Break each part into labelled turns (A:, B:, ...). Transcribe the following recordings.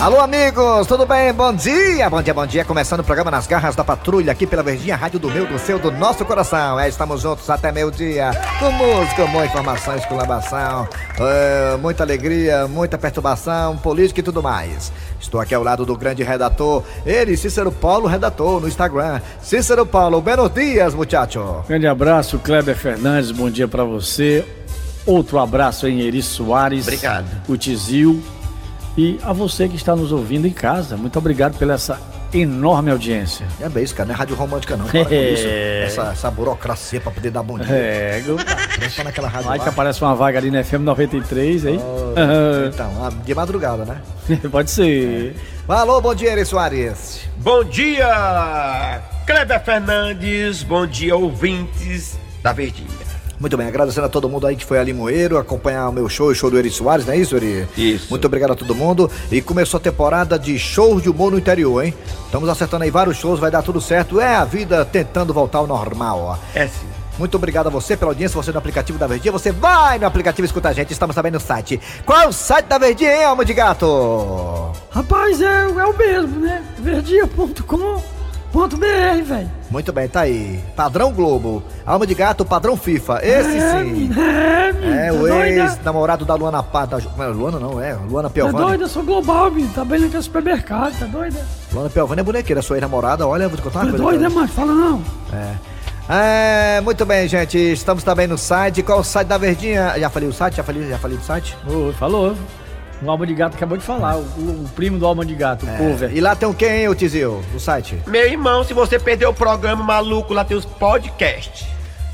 A: Alô, amigos, tudo bem? Bom dia, bom dia, bom dia. Começando o programa Nas Garras da Patrulha, aqui pela Verdinha Rádio do Meu, do Seu, do Nosso Coração. É, estamos juntos até meio-dia, com música, boa informação, exclamação, é, muita alegria, muita perturbação, política e tudo mais. Estou aqui ao lado do grande redator, ele, Cícero Paulo, redator no Instagram. Cícero Paulo, buenos dias, muchacho.
B: Grande abraço, Kleber Fernandes, bom dia pra você. Outro abraço em Eri Soares.
C: Obrigado.
B: O Tizil. E a você que está nos ouvindo em casa, muito obrigado pela essa enorme audiência.
A: É bem isso, cara, não é rádio romântica não, para com isso.
B: É.
A: Essa, essa burocracia pra poder dar bom dia.
B: É,
A: Pensa naquela rádio
B: vai que
A: lá.
B: aparece uma vaga ali na FM 93, hein?
A: Então, ah, de madrugada, né?
B: Pode ser.
A: Alô, bom dia, Eri Soares.
C: Bom dia, Kleber Fernandes. Bom dia, ouvintes da Verdinha.
A: Muito bem, agradecendo a todo mundo aí que foi a Limoeiro acompanhar o meu show, o show do Eri Soares, não é isso, Eri?
C: Isso.
A: Muito obrigado a todo mundo. E começou a temporada de shows de humor no interior, hein? Estamos acertando aí vários shows, vai dar tudo certo. É a vida tentando voltar ao normal, ó.
C: É sim.
A: Muito obrigado a você pela audiência, você no aplicativo da Verdinha. Você vai no aplicativo e escuta a gente, estamos também no site. Qual é o site da Verdinha, hein, alma de gato?
D: Rapaz, é, é o mesmo, né? Verdia.com.br, velho.
A: Muito bem, tá aí. Padrão Globo, alma de gato, padrão FIFA. Esse sim.
D: É, menino,
A: É,
D: tá
A: o
D: doida?
A: ex-namorado da Luana Pá. Da, Ju- não, Luana não, é. Luana
D: Tá
A: Piovani.
D: doida, eu sou global, menino. Tá bem naquele supermercado, tá doida?
A: Luana Piovani é bonequeira, sua ex-namorada. Olha, vou te contar
B: Ah,
D: Tá
A: uma coisa.
D: doida, mano? Fala não.
A: É, muito bem, gente. Estamos também no site. Qual é o site da Verdinha? Já falei o site? Já falei, já falei do site?
B: Ô, falou. O Alma de Gato acabou de falar, o, o primo do Alma de Gato, o cover.
A: É. E lá tem o quem, ô Tizil? O site?
C: Meu irmão, se você perdeu o programa maluco, lá tem os podcasts.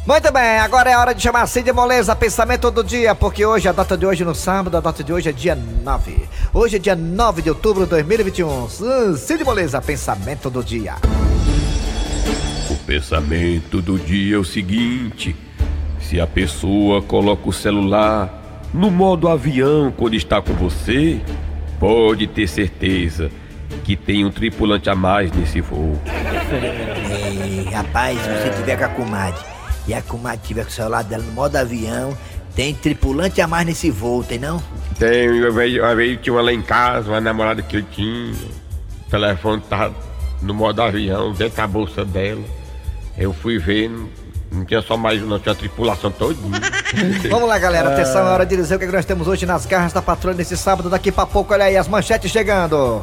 A: Muito bem, agora é hora de chamar Cid Moleza, pensamento do dia, porque hoje, é a data de hoje no sábado, a data de hoje é dia 9. Hoje é dia 9 de outubro de 2021. Hum, Cid Moleza, pensamento do dia.
E: O pensamento do dia é o seguinte: se a pessoa coloca o celular no modo avião quando está com você, pode ter certeza que tem um tripulante a mais nesse voo.
F: E, rapaz, se
A: É.
F: você tiver com a comadre e a comadre tiver com o celular dela no modo avião, tem tripulante a mais nesse voo, tem não?
E: Tem, uma vez, uma vez eu tinha uma lá em casa, uma namorada que eu tinha. O telefone tava no modo avião, dentro da bolsa dela. Eu fui ver, não, não tinha só mais um, não, tinha a tripulação todinha.
A: Vamos lá, galera. Atenção, é hora de dizer o que, é que nós temos hoje nas garras da patrulha nesse sábado. Daqui pra pouco, olha aí, as manchetes chegando.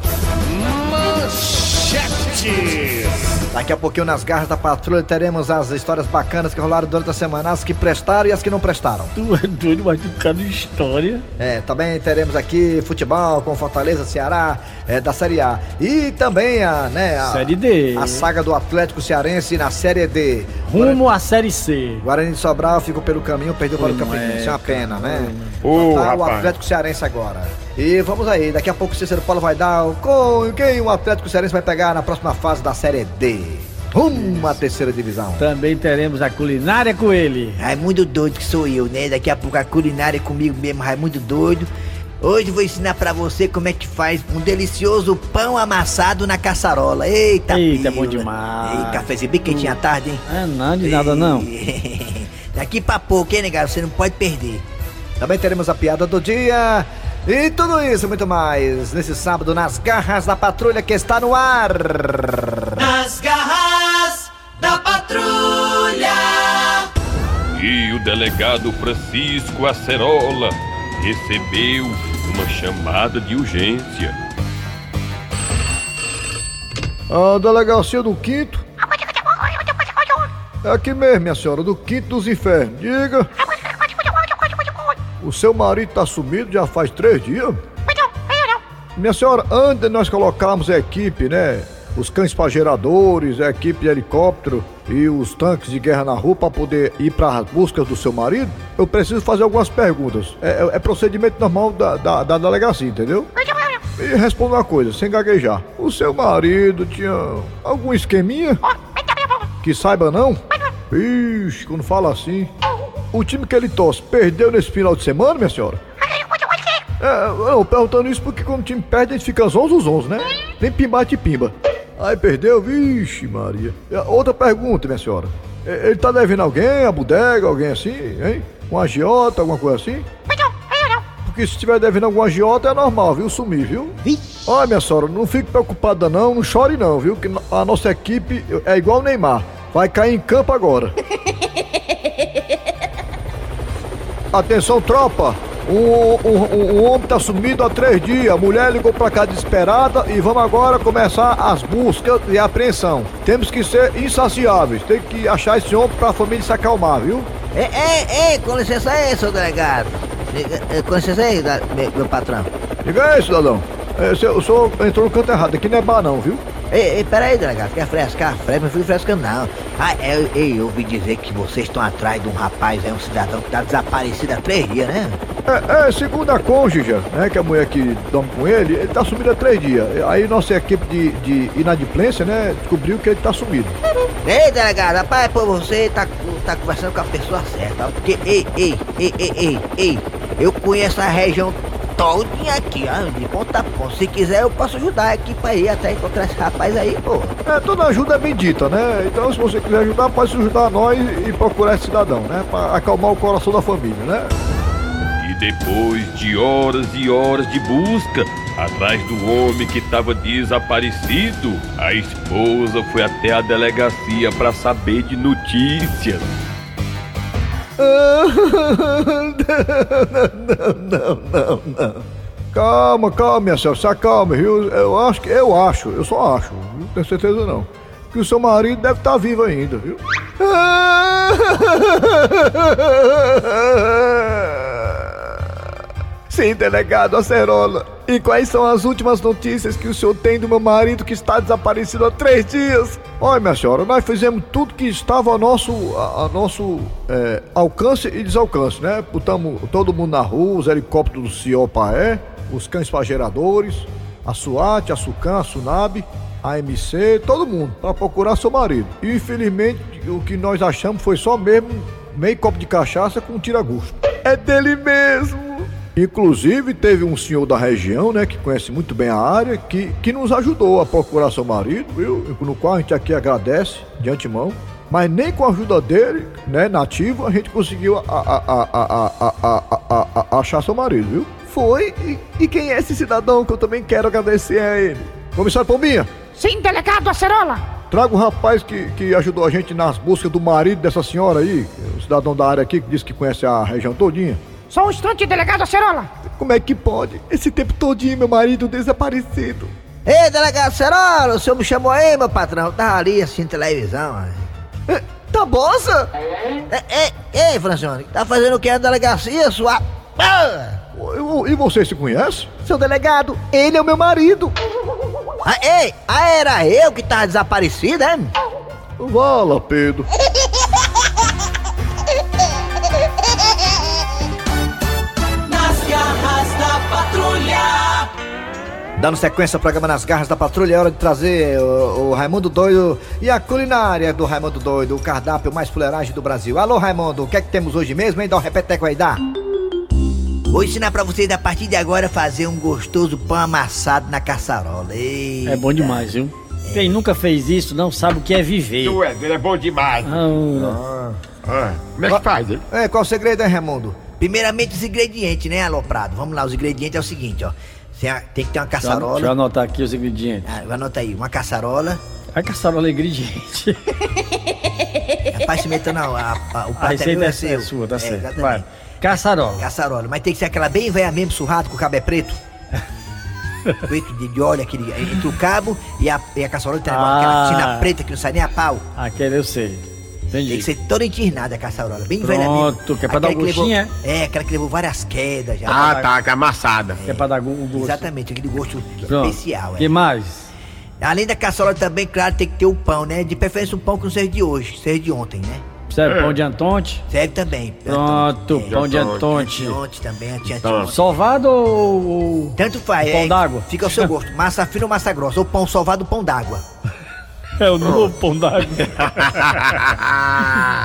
A: Manchetes! Daqui a pouquinho, nas garras da patrulha, teremos as histórias bacanas que rolaram durante a semana, as que prestaram e as que não prestaram.
B: Tu é doido, mas tu cara de história.
A: É, também teremos aqui futebol com Fortaleza, Ceará, é, da Série A. E também a, né, a,
B: Série D.
A: a saga do Atlético Cearense na Série D.
B: Rumo à Série C.
A: Guarani de Sobral ficou pelo caminho, perdeu para o
B: Não
A: Campinense.
B: é,
A: Isso é uma pena, né?
E: Ô,
A: Tá o
E: rapaz.
A: Atlético Cearense agora. E vamos aí, daqui a pouco o Cícero Paulo vai dar o- com quem o Atlético Cearense vai pegar na próxima fase da Série D. Rumo à terceira divisão.
B: Também teremos a culinária com ele.
F: Raimundo doido que sou eu, né? Daqui a pouco a culinária é comigo mesmo, Raimundo doido. Hoje eu vou ensinar pra você como é que faz um delicioso pão amassado na caçarola. Eita,
B: Eita, bom
F: pílula.
B: demais.
F: Ei, cafezinho bem quentinho à tarde, hein?
B: É, não de nada não.
F: Daqui pra pouco, hein, negado? Você não pode perder.
A: Também teremos a piada do dia. E tudo isso e muito mais nesse sábado nas garras da patrulha que está no ar.
G: Nas garras da patrulha.
E: E o delegado Francisco Acerola recebeu uma chamada de urgência.
A: A delegacia do Quinto. É aqui mesmo, minha senhora, do Quinto dos Infernos. Diga. O seu marido tá sumido já faz três dias. Minha senhora, antes de nós colocarmos a equipe, né? Os cães para geradores, a equipe de helicóptero e os tanques de guerra na rua para poder ir para as buscas do seu marido, eu preciso fazer algumas perguntas. É, é- é procedimento normal da, da, da delegacia, entendeu? E responda uma coisa, sem gaguejar. O seu marido tinha algum esqueminha? Que saiba não? Ixi, quando fala assim. O time que ele torce perdeu nesse final de semana, minha senhora? É, não, perguntando isso porque quando o time perde, a gente fica zonzo, zonzo, né? Nem pimbate e pimba. Aí perdeu, vixe Maria. E
H: É,
A: a Outra pergunta, minha senhora. E- Ele tá devendo alguém, a bodega, alguém assim, hein? Um agiota, alguma coisa assim?
H: Porque se estiver devendo algum agiota é normal, viu? Sumir, viu? Olha, minha senhora, não fique preocupada não, não chore não, viu? Que a nossa equipe é igual o Neymar. Vai cair em campo agora. Atenção, tropa! Um, um- um- um homem tá sumido há três dias. A mulher ligou pra cá desesperada e vamos agora começar as buscas e a apreensão. Temos que ser insaciáveis. Tem que achar esse homem pra família se acalmar, viu?
F: Ei, ei, ei, É, com licença aí, seu delegado. Eh, eh, Com licença aí, da- meu, meu patrão.
H: Diga aí, cidadão. É, cê- o senhor entrou no canto errado. Aqui não é bar não, viu?
F: Ei, ei, peraí, delegado, quer frescar? Fresca, não fica frescando não. Ah, eu, ei, eu ouvi dizer que vocês estão atrás de um rapaz, é um cidadão que tá desaparecido há três dias, né?
H: É, é, segundo a cônjuge, né, que a mulher que dorme com ele, ele tá sumido há três dias. Aí nossa equipe de, de inadimplência, né, descobriu que ele tá sumido.
F: Ei, delegado, rapaz, pô, você tá, co- tá conversando com a pessoa certa, ó, porque, ei, ei, ei, ei, ei, ei, eu conheço a região todinha aqui, ó, de ponta a ponta. Se quiser, eu posso ajudar aqui pra ir até encontrar esse rapaz aí, pô.
H: É, toda ajuda é bendita, né? Então, se você quiser ajudar, pode se ajudar a nós e procurar esse cidadão, né? Pra acalmar o coração da família, né?
E: E depois de horas e horas de busca atrás do homem que estava desaparecido, a esposa foi até a delegacia para saber de notícias.
H: Calma, calma, minha senhora, se acalme, viu? Eu acho, que- eu acho, eu só acho, não tenho certeza não. Que o seu marido deve estar vivo ainda, viu? Sim, delegado Acerola. E quais são as últimas notícias que o senhor tem do meu marido que está desaparecido há três dias? Olha, minha senhora, nós fizemos tudo que estava ao nosso, a, a nosso é, alcance e desalcance, né? Botamos todo mundo na rua, os helicópteros do CIOPAE, os cães pageradores, a SWAT, a SUCAM, a SUNAB, a MC, todo mundo, para procurar seu marido. E, infelizmente, o que nós achamos foi só mesmo meio copo de cachaça com tira-gosto. É dele mesmo! Inclusive, teve um senhor da região, né, que conhece muito bem a área, que, que nos ajudou a procurar seu marido, viu? No qual a gente aqui agradece de antemão. Mas nem com a ajuda dele, né, nativo, a gente conseguiu a, a, a, a, a, a, a, a, a- achar seu marido, viu? Foi. E, e quem é esse cidadão que eu também quero agradecer a ele? Comissário Pombinha,
I: Sim, delegado Acerola.
H: traga o rapaz que, que ajudou a gente nas buscas do marido dessa senhora aí, o cidadão da área aqui que disse que conhece a região todinha.
I: Só um instante, delegado Acerola.
H: Como é que pode? Esse tempo todinho meu marido desaparecido.
F: Ei, delegado Cerola, o senhor me chamou aí, meu patrão? Eu Tava ali assistindo televisão, ó.
H: Tá bossa?
F: Ei, ei, ei, Francione, tá fazendo o que na delegacia, sua... Ah,
H: E você se conhece?
F: seu delegado, ele é o meu marido. Ah, ei, ah, era eu que tava desaparecido, é?
H: Vala, Pedro.
G: Nas garras da patrulha.
H: Dando sequência ao programa Nas Garras da Patrulha, é hora de trazer o, o Raimundo Doido e a culinária do Raimundo Doido, o cardápio mais fuleiragem do Brasil. Alô, Raimundo, o que é que temos hoje mesmo, hein? Dá um repeteco aí, dá.
F: Vou ensinar pra vocês a partir de agora fazer um gostoso pão amassado na caçarola. Ei.
B: É bom demais, viu? Quem nunca fez isso não sabe o que é viver.
J: Tu é, ele é bom demais.
B: Ah,
J: Ah, como é que faz, hein?
H: É, qual o segredo, hein, Raimundo?
F: Primeiramente os ingredientes, né, Aloprado? Vamos lá, os ingredientes é o seguinte, ó. Tem a- Tem que ter uma
B: deixa, eu- deixa eu
F: caçarola.
B: anotar aqui os ingredientes.
F: Ah, anota aí, uma caçarola.
B: Ai, caçarola é ingrediente.
F: Rapaz, cimentando a, a, a, o
B: A
F: prato é, meu,
B: receita
F: é
B: é
F: seu.
B: sua, tá
F: É,
B: certo.
F: exatamente.
B: Vai. Caçarola.
F: Caçarola, É mas tem que ser aquela bem velha mesmo, surrado, com o cabo é preto. preto de, de óleo, aquele, é, entre o cabo e a, e a caçarola tem
B: Ah.
F: aquela tina preta que não sai nem a pau.
B: Aquela eu sei.
F: Tem que
B: Entendi.
F: ser toda entirnada a caçarola, bem velha mesmo.
B: Pronto, que é pra dar
F: Aquela
B: um gostinho,
F: levou- é? aquela que levou várias quedas já.
J: Ah, tá, que amassada.
B: É pra dar gu- um gosto.
F: Exatamente, aquele gosto
B: Pronto.
F: especial. é.
B: que mais?
F: Além da caçarola também, claro, tem que ter o pão, né? De preferência um pão que não seja de hoje, seja de ontem, né?
B: Serve pão de antonte?
F: Serve também.
B: Pronto,
F: É,
B: pão É. de antonte.
F: De ontem também, antes, antes,
J: Pronto.
B: Salvado ou... ou-
F: Tanto faz,
B: Um Pão
F: é,
B: d'água?
F: Fica ao seu gosto. Massa fina ou massa grossa? Ou pão salvado ou pão d'água?
B: É o novo pão d'água.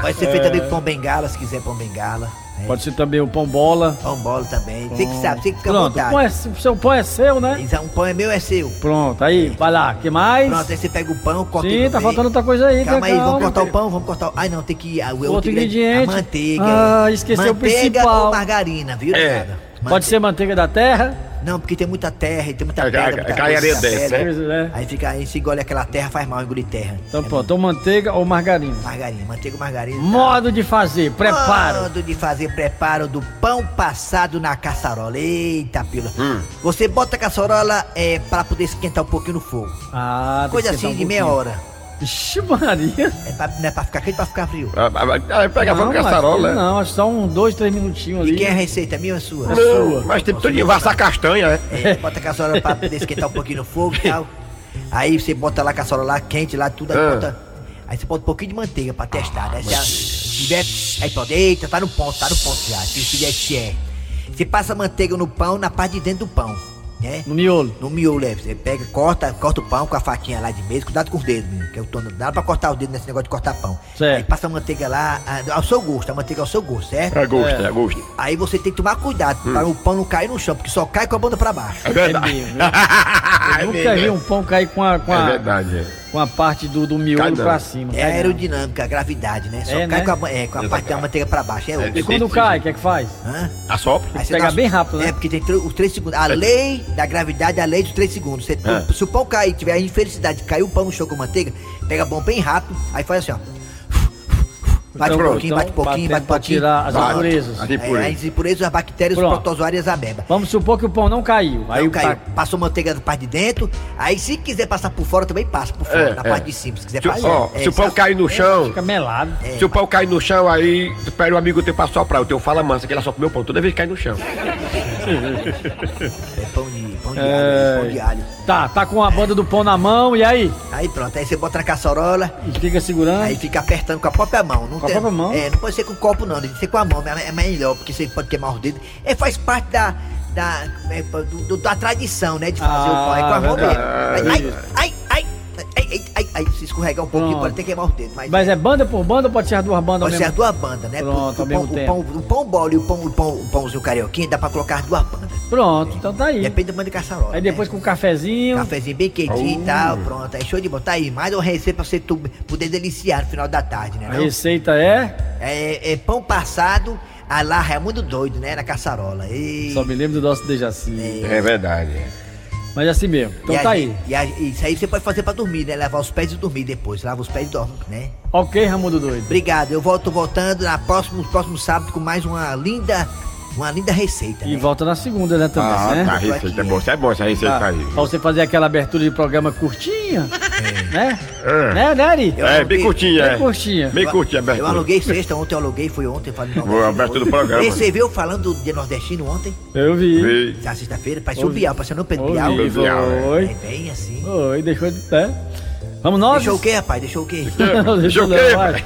F: Pode
B: É.
F: ser feito também com pão bengala, se quiser pão bengala. né?
B: Pode ser também o pão bola.
F: Pão bola também. Você que sabe, você que fica à
B: Pronto, o pão
F: vontade.
B: é, seu- seu pão é seu, né?
F: Então, um pão é meu, é seu.
B: Pronto, aí, vai lá. que mais?
F: Pronto, aí você pega o pão, corta ele
B: Sim,
F: no
B: tá
F: meio.
B: faltando outra coisa aí,
F: Calma
B: tá?
F: aí, vamos cortar o pão, vamos cortar o... Ai, não, tem que... ah, o
B: Outro
F: outro ingrediente,
B: ingrediente.
F: A manteiga.
B: Ah, esqueceu o
F: manteiga
B: principal.
F: ou margarina, viu,
J: É.
F: cara?
B: Pode ser manteiga da terra.
F: Não, porque tem muita terra, e tem muita
C: Cai-
F: pedra,
C: É, cai-
F: muita
C: cai areia é.
F: muita
C: densa,
F: pedra.
B: Coisa, né?
F: Aí fica, aí se engole aquela terra, faz mal engolir terra. É
B: Então pronto, ou manteiga ou margarina.
F: Margarina, manteiga margarina.
B: Modo de fazer, preparo.
F: Modo de fazer preparo do pão passado na caçarola. Eita, pila. Você bota a caçarola é, pra poder esquentar um pouquinho no fogo.
B: Ah, tem
F: Coisa
B: que esquentar
F: assim
B: um
F: de meia
B: pouquinho.
F: hora.
B: Ixi, Maria.
F: É pra, não é pra ficar quente, pra ficar frio.
C: Ah, ah, ah, Pega
B: Não,
C: fogo
B: acho que
C: caçarola.
E: né?
B: Não, acho só um, dois, três minutinhos
F: E quem é a
B: ali.
F: receita, minha ou sua?
C: Não, mas tem tudo de vassar castanha, é?
F: É, bota a caçarola pra poder esquentar um pouquinho no fogo e tal. Aí você bota lá a caçarola lá quente, lá tudo, aí
C: Ah.
F: bota. Aí você bota um pouquinho de manteiga pra testar, né? Se a- se tiver- aí pronto, eita, tá no ponto, tá no ponto já. Se isso é se é. Você passa a manteiga no pão, na parte de dentro do pão, né?
B: No miolo.
F: No miolo, é. Você pega, corta, corta o pão com a faquinha lá de mesa, cuidado com os dedos, menino, que eu tô não dá pra cortar o dedo nesse negócio de cortar pão.
B: Certo.
F: Aí passa a manteiga lá, a- ao seu gosto, a manteiga ao seu gosto, certo?
C: É
E: né?
C: gosto, é gosto.
F: Aí você tem que tomar cuidado pra o pão não cair no chão, porque só cai com a banda pra baixo.
C: É
B: É
C: verdade.
B: mesmo. né? Eu nunca vi um pão cair com a, com
C: É
B: a,
C: verdade, é.
B: com a parte do, do
C: Cai
B: miolo
C: não.
B: pra cima.
F: É
B: cai não.
F: aerodinâmica, gravidade, né? Só
B: É,
F: cai
B: né?
F: com a, ba- é, com a parte da manteiga pra baixo, é
B: E
F: outro.
B: quando cai, o que é que faz?
F: Hã?
C: Assopra.
F: Aí você
B: Pega
F: dá-
B: bem rápido, né?
F: É, porque tem tr- os três segundos. A lei da gravidade é a lei dos três segundos. Você-
C: É.
F: Se o pão cair, tiver a infelicidade de cair o pão no chão com manteiga, pega a bomba bem rápido, aí faz assim, ó. Bate
B: Então,
F: um pouquinho,
B: então,
F: bate um pouquinho, bate um
B: batendo pra
F: pouquinho.
B: tirar as
F: Pronto.
B: impurezas.
C: As
F: É,
C: impurezas.
F: As impurezas, as bactérias, os
B: Pronto.
F: protozoários e as amebas.
B: Vamos supor que o pão não caiu.
F: Aí
B: Aí
F: não
B: o
F: caiu,
B: ca-
F: passou manteiga da parte de dentro, aí se quiser passar por fora também passa por fora,
C: É,
F: na
C: é.
F: parte de cima, se quiser
C: Se,
F: passar.
B: é,
F: É,
C: ó, se o pão cair no chão,
B: fica melado.
C: se o pão cair no chão, aí tu pede um amigo teu pra soprar. O teu fala mansa, que ele assopra meu pão toda vez que cai no chão.
F: É pão de, pão de alho, É, pão de alho.
B: Tá, tá com a banda do pão na mão e aí?
F: Aí pronto, aí você bota na caçarola,
B: E Fica segurando.
F: aí fica apertando com a própria mão. Não
B: Com a própria mão?
F: É, não pode ser com o copo não, tem que ser com a mão, é é melhor, porque você pode queimar os dedos. É, faz parte da, da, é, do- do- da tradição, né, de fazer
B: Ah,
F: o pão, é com a mão mesmo.
C: verdade.
F: Ai, ai, ai, ai, ai, ai, ai, ai, se escorregar um pouquinho
B: Pronto.
F: pode até queimar os dedos, mas...
B: Mas é banda por banda ou pode ser as duas bandas ao
F: Pode ser as
B: mesmo?
F: duas bandas, né?
B: Pronto,
F: Porque o, pão,
B: ao mesmo
F: o,
B: tempo.
F: pão, o pão bola e o pão, o pão, o pãozinho carioquinha dá pra colocar as duas bandas.
B: Pronto, então tá aí.
F: Depende da banda de caçarola.
B: Aí depois
F: né?
B: com um- Oh. o cafezinho.
F: Cafezinho bem quentinho e tal, pronto. Aí show de botar aí. Mais um receita pra você tu- poder deliciar no final da tarde, né?
B: A
F: Não?
B: receita é.
F: É, é pão passado, a lá é muito doido, né? Na caçarola. E,
B: Só me lembro do nosso Dejaci.
C: É verdade.
B: Mas é assim mesmo. Então
F: e a
B: tá aí.
F: gente- E a- isso aí você pode fazer pra dormir, né? Lavar os pés e dormir depois. Lava os pés e dorme, né?
B: Ok, Ramundo Doido.
F: Obrigado. Eu volto voltando na próximo, próximo sábado com mais uma linda, uma linda receita.
B: E
F: né?
B: volta na segunda, né, também,
C: Ah,
B: né?
C: tá, a receita é boa. Isso é bom, essa receita
B: Tá.
C: aí.
B: Pra você fazer aquela abertura de programa curtinha. Né?
C: É.
B: Né, né, Ari?
F: Eu
C: É,
F: aluguei-
C: bem curtinha,
B: É
C: é.
B: curtinha.
C: Bem curtinha, a
F: Eu
C: abertura.
F: aluguei sexta, ontem eu aluguei, foi ontem, eu falei
C: Boa, aberto do programa.
F: E você viu falando de nordestino ontem?
B: Eu vi.
C: Ei,
F: Na sexta-feira, parecia o
B: Ouvi.
F: Bial, parecia o Pedro Bial.
B: Ouvi,
C: Bial.
B: foi.
F: É bem assim.
B: Oi, deixou de pé. Vamos nós?
F: Deixou o quê, rapaz? Deixou o quê?
B: Deixou
C: Deixou
B: não,
C: o quê,
B: vai.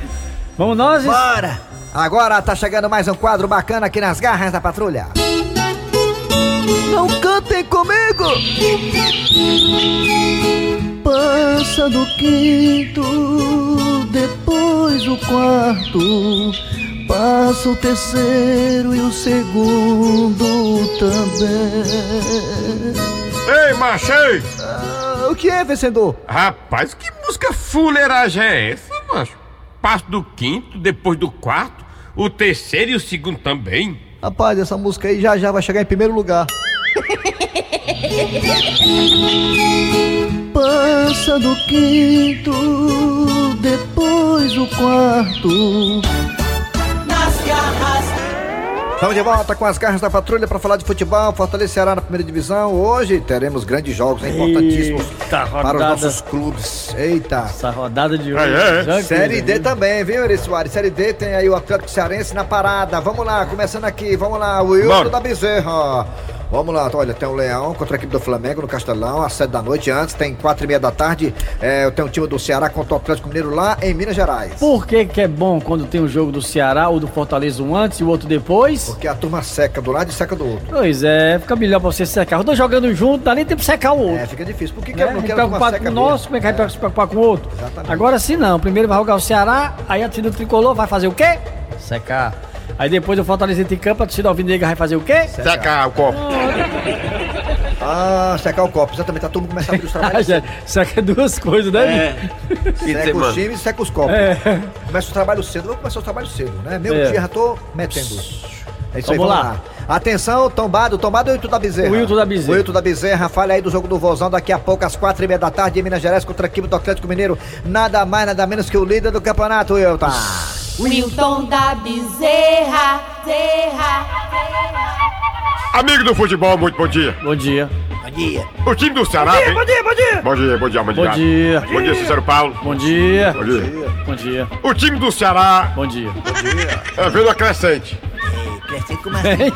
B: Vamos nós?
F: Bora! Agora tá chegando mais um quadro bacana aqui nas garras da patrulha.
H: Não cantem comigo! Passa do quinto, depois o quarto, passa o terceiro e o segundo também.
C: ei machei!
H: Ah, o que é, vencedor?
K: Rapaz, que música fuleiragem é essa, macho? Passo do quinto, depois do quarto, o terceiro e o segundo também.
H: Rapaz, essa música aí já já vai chegar em primeiro lugar. Passa do quinto, depois o quarto.
G: nas garras
A: Estamos de volta com as garras da patrulha para falar de futebol. Fortalecerá na primeira divisão. Hoje teremos grandes jogos hein, importantíssimos
B: Eita,
A: para os
B: tá rodada.
A: nossos clubes. Eita!
B: Essa rodada de hoje.
K: É, é.
B: tranquila,
A: Série D tá-
B: viu?
A: também, viu, Eri Soares? Série D tem aí o Atlético Cearense na parada. Vamos lá, começando aqui, vamos lá, o Wilson
K: Bora.
A: da Bezerra. Vamos lá, olha, tem o Leão contra a equipe do Flamengo no Castelão, às sete da noite. Antes tem quatro e meia da tarde. É, eu tenho o time do Ceará contra o Atlético Mineiro lá em Minas Gerais.
B: Por que, que é bom quando tem um jogo do Ceará ou do Fortaleza um antes e o outro depois?
A: Porque a turma seca do lado e seca do outro.
B: Pois é, fica melhor pra você secar. Os dois jogando junto, dá nem tempo de secar o outro.
A: É, fica difícil. Por que, que
B: né?
A: eu não
B: Não
A: quero uma
B: preocupado com
A: seca
B: o
A: mesmo?
B: nosso, como é que vai se preocupar com o outro?
A: Exatamente.
B: Agora sim não, primeiro vai rogar o Ceará, aí a torcida do Tricolor vai fazer o quê? Secar. Aí depois o Fortaleza entra em campo, a torcida Alvinegra vai fazer o quê?
C: Seca o copo.
A: Ah, secar o copo. Exatamente, a turma começa a abrir os trabalhos.
B: Ah, Já- Seca duas coisas,
C: É.
B: né? bicho?
A: seca os times e seca os copos.
B: É.
A: Começa o trabalho cedo. Vamos começar o trabalho cedo, né? Meu
B: É.
A: dia, já tô metendo. É isso aí, vamos
B: Vamos lá.
A: lá. Atenção, tombado, tombado Wilton da Bezerra.
B: Wilton da Bezerra.
A: Wilton da Bezerra, falha aí do jogo do Vozão daqui a pouco, às quatro e meia da tarde, em Minas Gerais, contra a equipe do Atlético Mineiro. Nada mais, nada menos que o líder do campeonato, Wilton.
G: Wilton da Bezerra, Bezerra.
C: Amigo do futebol, muito bom dia.
B: Bom dia.
F: Bom dia.
C: O time do Ceará. Bom dia, bom dia, bom dia. Bom dia, bom dia,
B: Bom dia.
C: Bom dia, Cícero Paulo.
B: Bom dia.
C: Bom dia.
B: Bom dia.
C: O time do Ceará
B: Bom dia.
C: é, veio uma crescente.
F: Crescendo como assim?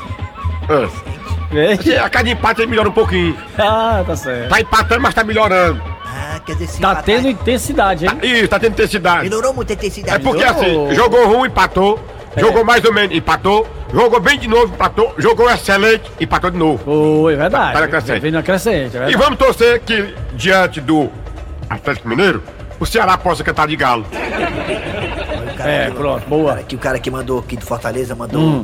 C: É.
B: Vem.
C: Assim, a cada empate ele melhora um pouquinho.
B: Ah, tá certo.
C: Tá empatando, mas tá melhorando.
F: Ah, quer dizer, se
B: Tá
F: empatar-
B: tendo intensidade, hein?
C: Isso, tá tendo intensidade.
F: Melhorou muito a
C: É
F: intensidade.
C: porque
B: Melhorou.
C: assim, jogou ruim, empatou.
B: É.
C: Jogou mais ou menos, empatou. Jogou bem de novo, empatou. Jogou excelente, empatou de novo.
B: Foi, é verdade.
C: Tá na crescente.
B: Vem na crescente, é
C: E
B: verdade.
C: vamos torcer que, diante do Atlético Mineiro, o Ceará possa cantar de galo.
F: O né, cara
B: É,
F: que-
B: pronto,
F: o
B: boa. Hum.
F: cara que- o cara que mandou aqui de Fortaleza mandou um-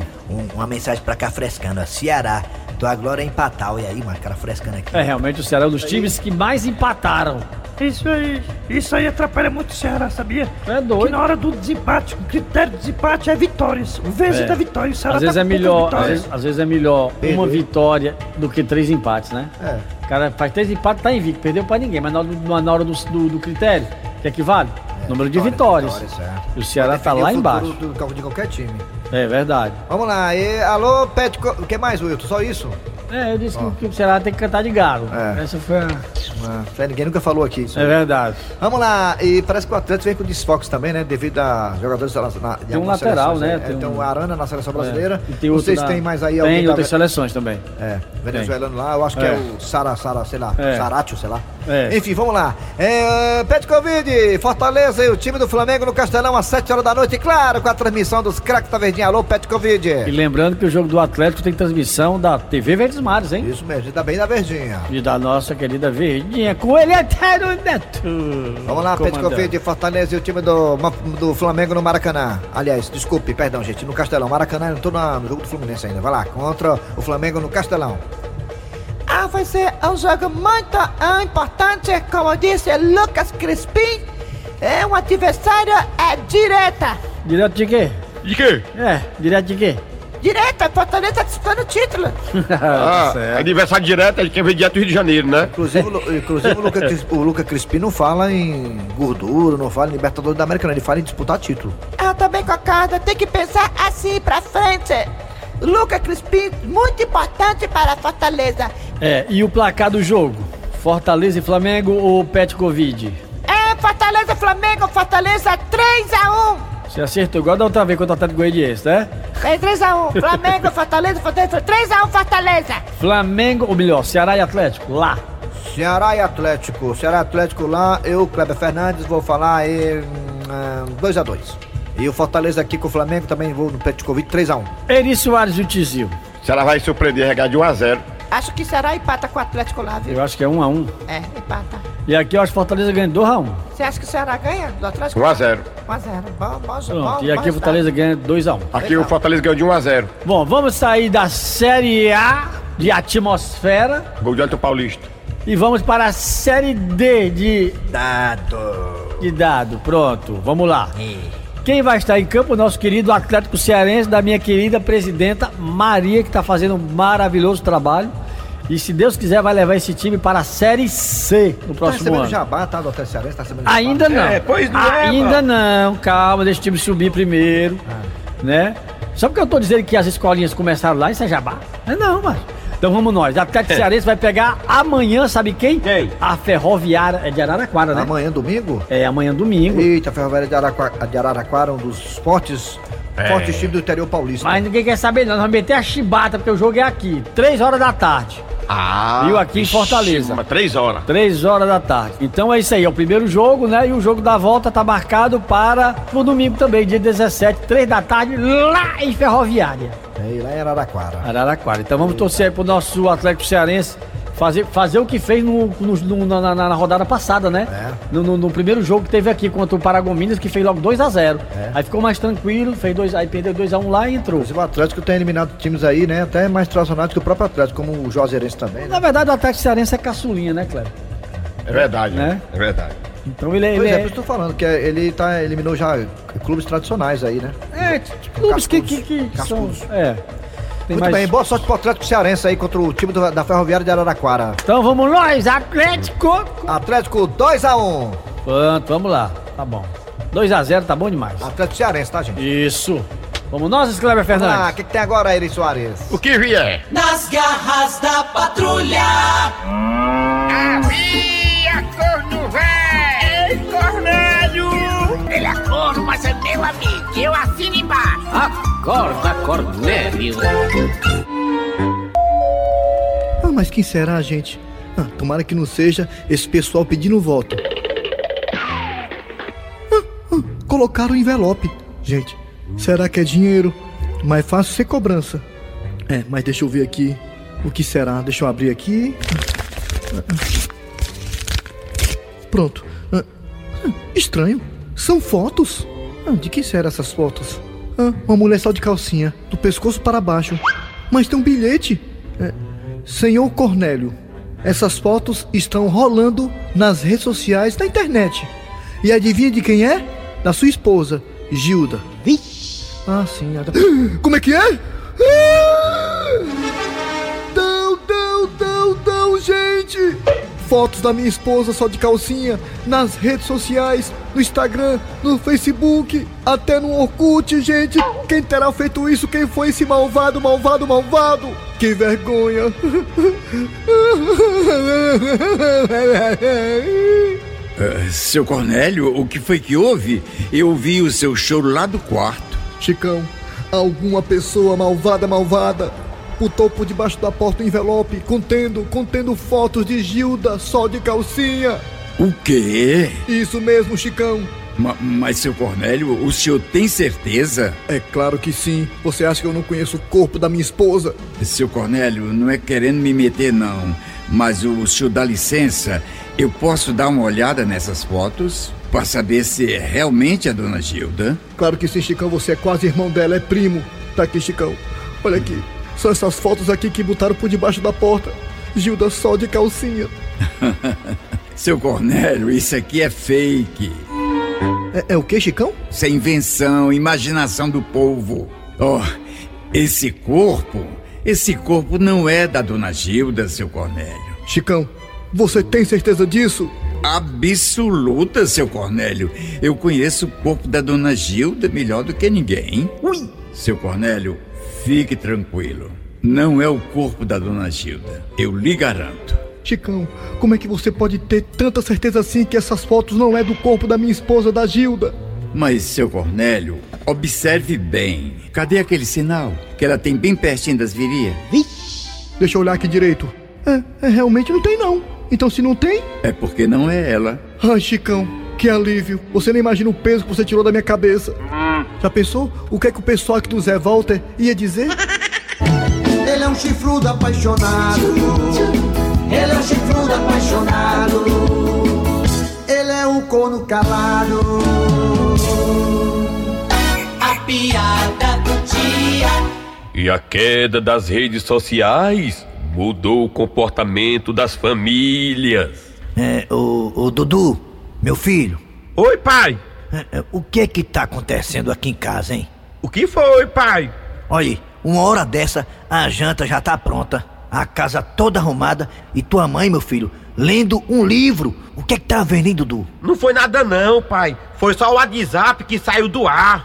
F: uma mensagem pra cá frescando. ó, Ceará, tua glória é empatar. Olha aí, mano, cara frescando aqui.
B: É, realmente o Ceará é um dos times que mais empataram.
L: Isso aí, isso aí atrapalha muito o Ceará, sabia?
B: É
L: Que
B: doido.
L: na hora do desempate, o critério de desempate é vitórias. O vezes
B: É.
L: da vitória, o Ceará
B: Às vezes
L: tá
B: é
L: com poucas
B: melhor, às
L: vitórias.
B: vezes, às vezes é melhor uma vitória do que três empates, né? É. O cara faz três empates, tá invicto, perdeu pra ninguém, mas na hora do, na hora do, do- do critério, que é que vale? Número de vitórias.
A: é.
B: E o Ceará tá lá embaixo.
A: Do, do, de qualquer time.
B: É verdade.
A: Vamos lá, e, alô, Pet, Co- o que mais, Wilton? Só isso?
B: É, eu disse que, que o Ceará tem que cantar de galo.
A: É.
B: Essa foi a...
A: Ah, ninguém nunca falou aqui. isso.
B: É verdade.
A: Vamos lá, e parece que o Atlético vem com desfalques também, né? Devido a jogadores da, na, de
B: um
A: algumas
B: lateral,
A: seleções,
B: né?
A: É,
B: Tem
A: tem,
B: um-
A: o Arana na seleção brasileira.
B: É. E tem outro
A: Vocês
B: da-
A: têm mais aí alguém? tá
B: Tem
A: da-
B: outras seleções também.
A: É, venezuelano lá, eu acho que é,
B: É.
A: o Sara, Sara, sei lá,
B: É.
A: Saratio, sei lá.
B: É.
A: Enfim, vamos lá. É, Pet Covid, Fortaleza e o time do Flamengo no Castelão às 7 horas da noite, claro, com a transmissão dos craques da Verdinha. Alô, Pet
B: E
A: Covid.
B: lembrando que o jogo do Atlético tem transmissão da TV Verdes Mares, hein?
A: Isso mesmo, ainda bem da Verdinha.
B: E da nossa querida Verdinha, Coelho Eterno Neto.
A: Vamos lá, Pet
B: Comandante.
A: Covid, Fortaleza e o time do, Ma- do Flamengo no Maracanã. Aliás, desculpe, perdão, gente, no Castelão. Maracanã, eu não tô na- no jogo do Fluminense ainda. Vai lá, contra o Flamengo no Castelão.
D: Ah, vai ser um jogo muito ah, importante, como disse Lucas Crispim. É um adversário é direta.
B: Direto de quê?
C: De quê?
B: É, direto de quê?
D: Direta, Fortaleza disputando o título.
C: Ah, aniversário direto é de quem vem direto do Rio de Janeiro, né?
A: Inclusive, o Lu- inclusive o, Luca Cris- o Luca Crispim não fala em gordura, não fala em Libertadores da América, não. Ele fala em disputar título.
D: Eu também concordo, tem que pensar assim pra frente. Lucas Crispim, muito importante para a Fortaleza.
B: É, e o placar do jogo? Fortaleza e Flamengo ou Pet Covid?
D: É Fortaleza Flamengo, Fortaleza 3x1.
B: Você acertou igual da outra vez contra o Atlético Goianiense, né?
D: É 3x1. Flamengo, Fortaleza, Fortaleza 3x1, Fortaleza.
B: Flamengo, ou melhor, Ceará e Atlético, lá.
A: Ceará e Atlético. Ceará e Atlético lá, eu, Kleber Fernandes, vou falar em hum, 2x2. E o Fortaleza aqui com o Flamengo também vou no Pet Covid 3x1.
B: Eri Soares e o Tizil.
C: Se ela vai surpreender, regar de 1 a 0
D: Acho que será empata com o Atlético lá, viu?
B: Eu acho que é um a um.
D: É, empata.
B: E aqui eu acho que Fortaleza ganha 2 a 1
D: Você acha que o Ceará ganha do Atlético?
C: 1 a 0
D: 1x0. Bom, bom, bom.
B: Pronto, e aqui
D: bom
B: o Fortaleza ganha 2 a 1
C: Aqui o Fortaleza ganhou de 1 a 0
B: Bom, vamos sair da Série A de atmosfera
C: Gol de Alto Paulista.
B: e vamos para a Série D de,
F: Dado.
B: de dado. Pronto, vamos lá.
F: Ih.
B: Quem vai estar em campo? O Nosso querido Atlético Cearense, da minha querida presidenta Maria, que está fazendo um maravilhoso trabalho. E se Deus quiser, vai levar esse time para a Série C no
A: Tá
B: próximo
A: recebendo
B: ano.
A: jabá, tá? Do Atlético Cearense, tá recebendo jabá.
B: Ainda não.
J: É, pois não é,
B: Ainda
J: mano.
B: não. Calma, deixa o time subir primeiro.
J: Ah.
B: Né? Só porque eu tô dizendo que as escolinhas começaram lá em Sejabá. Não, não, mas. Então vamos nós. Atlético Cearense vai pegar amanhã, sabe quem?
J: É. Quem?
B: A Ferroviária é de Araraquara, né?
A: Amanhã, domingo?
B: É amanhã domingo.
A: Eita, Ferroviária de Araraquara, de Araraquara, um dos fortes, fortes times do interior paulista.
B: Mas ninguém quer saber, não. Nós vamos meter a chibata, porque o jogo é aqui. Três horas da tarde.
C: Ah.
B: Viu? Aqui em Fortaleza.
C: Mas 3 horas.
B: Três horas da tarde. Então é isso aí, é o primeiro jogo, né? E o jogo da volta tá marcado para o domingo também, dia 17, três da tarde, lá em Ferroviária.
A: É, e lá em Araraquara.
B: Araraquara. Então vamos torcer aí pro nosso Atlético Cearense fazer, fazer o que fez no, no- no- na, na- na rodada passada, né?
A: É.
B: No, no- no primeiro jogo que teve aqui contra o Paragominas, que fez logo 2x0.
A: É.
B: Aí ficou mais tranquilo, fez dois, aí perdeu 2x1 lá e entrou.
A: Inclusive, o Atlético tem eliminado times aí, né? Até mais tradicionais que o próprio Atlético, como o Juazeirense também.
B: Na
A: Né?
B: verdade, o Atlético Cearense é caçulinha, né, Cleber?
C: É verdade,
B: Né?
C: né? É verdade.
B: Então ele, é-
A: Pois
B: ele
A: é, por
B: é.
A: isso que eu tô falando, que é- ele tá, eliminou já clubes tradicionais aí, né?
B: É, tipo, clubes que, que, que
A: Cascudos.
B: são. É.
A: Muito mais... bem, boa sorte pro Atlético Cearense aí contra o time do- da Ferroviária de Araraquara.
B: Então vamos nós, Atlético!
A: Atlético 2x1.
B: Pronto, vamos lá. Tá bom. 2x0 tá bom demais.
A: Atlético Cearense, tá, gente?
B: Isso. Vamos nós, Cleber Fernandes.
A: Ah, o que, que tem agora, Eri Soares?
M: O que vier?
C: é?
G: Nas garras da patrulha.
N: Havia corno velho! Ei, Cornélio! Ele é corno, mas é meu amigo, eu assino embaixo!
O: Acorda, Cornélio!
H: Ah, mas quem será, gente? Ah, tomara que não seja esse pessoal pedindo voto. Ah, ah, colocaram o envelope. Gente, será que é dinheiro? Mais fácil ser cobrança. É, mas deixa eu ver aqui. O que será? Deixa eu abrir aqui. Ah, ah. Pronto. Ah, ah, estranho. São fotos? Ah, de quem será essas fotos? Ah, uma mulher só de calcinha, do pescoço para baixo. Mas tem um bilhete. É, Senhor Cornélio, essas fotos estão rolando nas redes sociais, na internet. E adivinha de quem é? Da sua esposa, Gilda. Ah, sim. nada. Como é que é? Ah! Não, não, não, não, gente! Fotos da minha esposa só de calcinha, nas redes sociais, no Instagram, no Facebook, até no Orkut, gente! Quem terá feito isso? Quem foi esse malvado, malvado, malvado? Que vergonha!
P: Ah, seu Cornélio, o que foi que houve? Eu vi o seu choro lá do quarto.
H: Chicão, alguma pessoa malvada, malvada, putou por debaixo da porta um envelope contendo, contendo fotos de Gilda só de calcinha.
P: O quê?
H: Isso mesmo, Chicão.
P: Ma- mas, seu Cornélio, o senhor tem certeza?
H: É claro que sim. Você acha que eu não conheço o corpo da minha esposa?
P: Seu Cornélio, não é querendo me meter, não. Mas o senhor dá licença, eu posso dar uma olhada nessas fotos para saber se é realmente a dona Gilda?
H: Claro que sim, Chicão, você é quase irmão dela, é primo. Tá aqui, Chicão. Olha aqui. São essas fotos aqui que botaram por debaixo da porta. Gilda só de calcinha.
P: Seu Cornélio, isso aqui é fake.
H: É, o que, Chicão?
P: Isso é invenção, imaginação do povo. Ó, esse corpo, esse corpo não é da dona Gilda, seu Cornélio.
H: Chicão, você tem certeza disso?
P: Absoluta, seu Cornélio. Eu conheço o corpo da dona Gilda melhor do que ninguém. Ui! Seu Cornélio, fique tranquilo. Não é o corpo da dona Gilda. Eu lhe garanto.
H: Chicão, como é que você pode ter tanta certeza assim que essas fotos não é do corpo da minha esposa, da Gilda?
P: Mas, seu Cornélio, observe bem. Cadê aquele sinal que ela tem bem pertinho das virias?
H: Deixa eu olhar aqui direito. É, é, realmente não tem não. Então se não tem...
P: É porque não é ela.
H: Ai, Chicão, que alívio. Você nem imagina o peso que você tirou da minha cabeça. Já pensou o que é que o pessoal aqui do Zé Walter ia dizer?
D: Ele é um chifrudo apaixonado. Ele é um chifrudo apaixonado. Ele é um corno calado.
G: A piada do dia.
E: E a queda das redes sociais mudou o comportamento das famílias.
F: É, ô, ô Dudu, meu filho.
M: Oi, pai.
F: O que é que tá acontecendo aqui em casa, hein?
M: O que foi, pai?
F: Olha, aí, uma hora dessa, a janta já tá pronta, a casa toda arrumada e tua mãe, meu filho, lendo um livro. O que é que tá vendo, hein, Dudu?
M: Não foi nada não, pai. Foi só o WhatsApp que saiu do ar.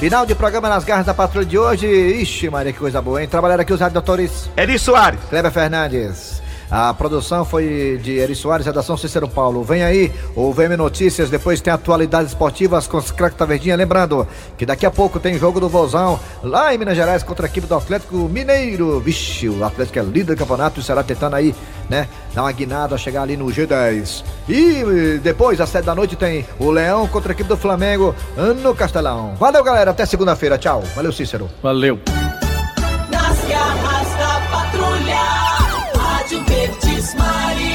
A: Final de programa nas garras da patrulha de hoje. Ixi, Maria, que coisa boa, hein? Trabalharam aqui os radiodotores.
M: Eri Soares.
A: Kleber Fernandes. A produção foi de Eri Soares, redação Cícero Paulo. Vem aí o VM Notícias, depois tem atualidades esportivas com os craques da Verdinha. Lembrando que daqui a pouco tem jogo do Vozão lá em Minas Gerais contra a equipe do Atlético Mineiro. Vixe, o Atlético é líder do campeonato e será tentando aí, né, dar uma guinada, chegar ali no G10. E eh, depois, às sete da noite, tem o Leão contra a equipe do Flamengo no Castelão. Valeu, galera. Até segunda-feira. Tchau. Valeu, Cícero.
B: Valeu.
G: Nas garras da patrulha. Rádio Verdes Maria.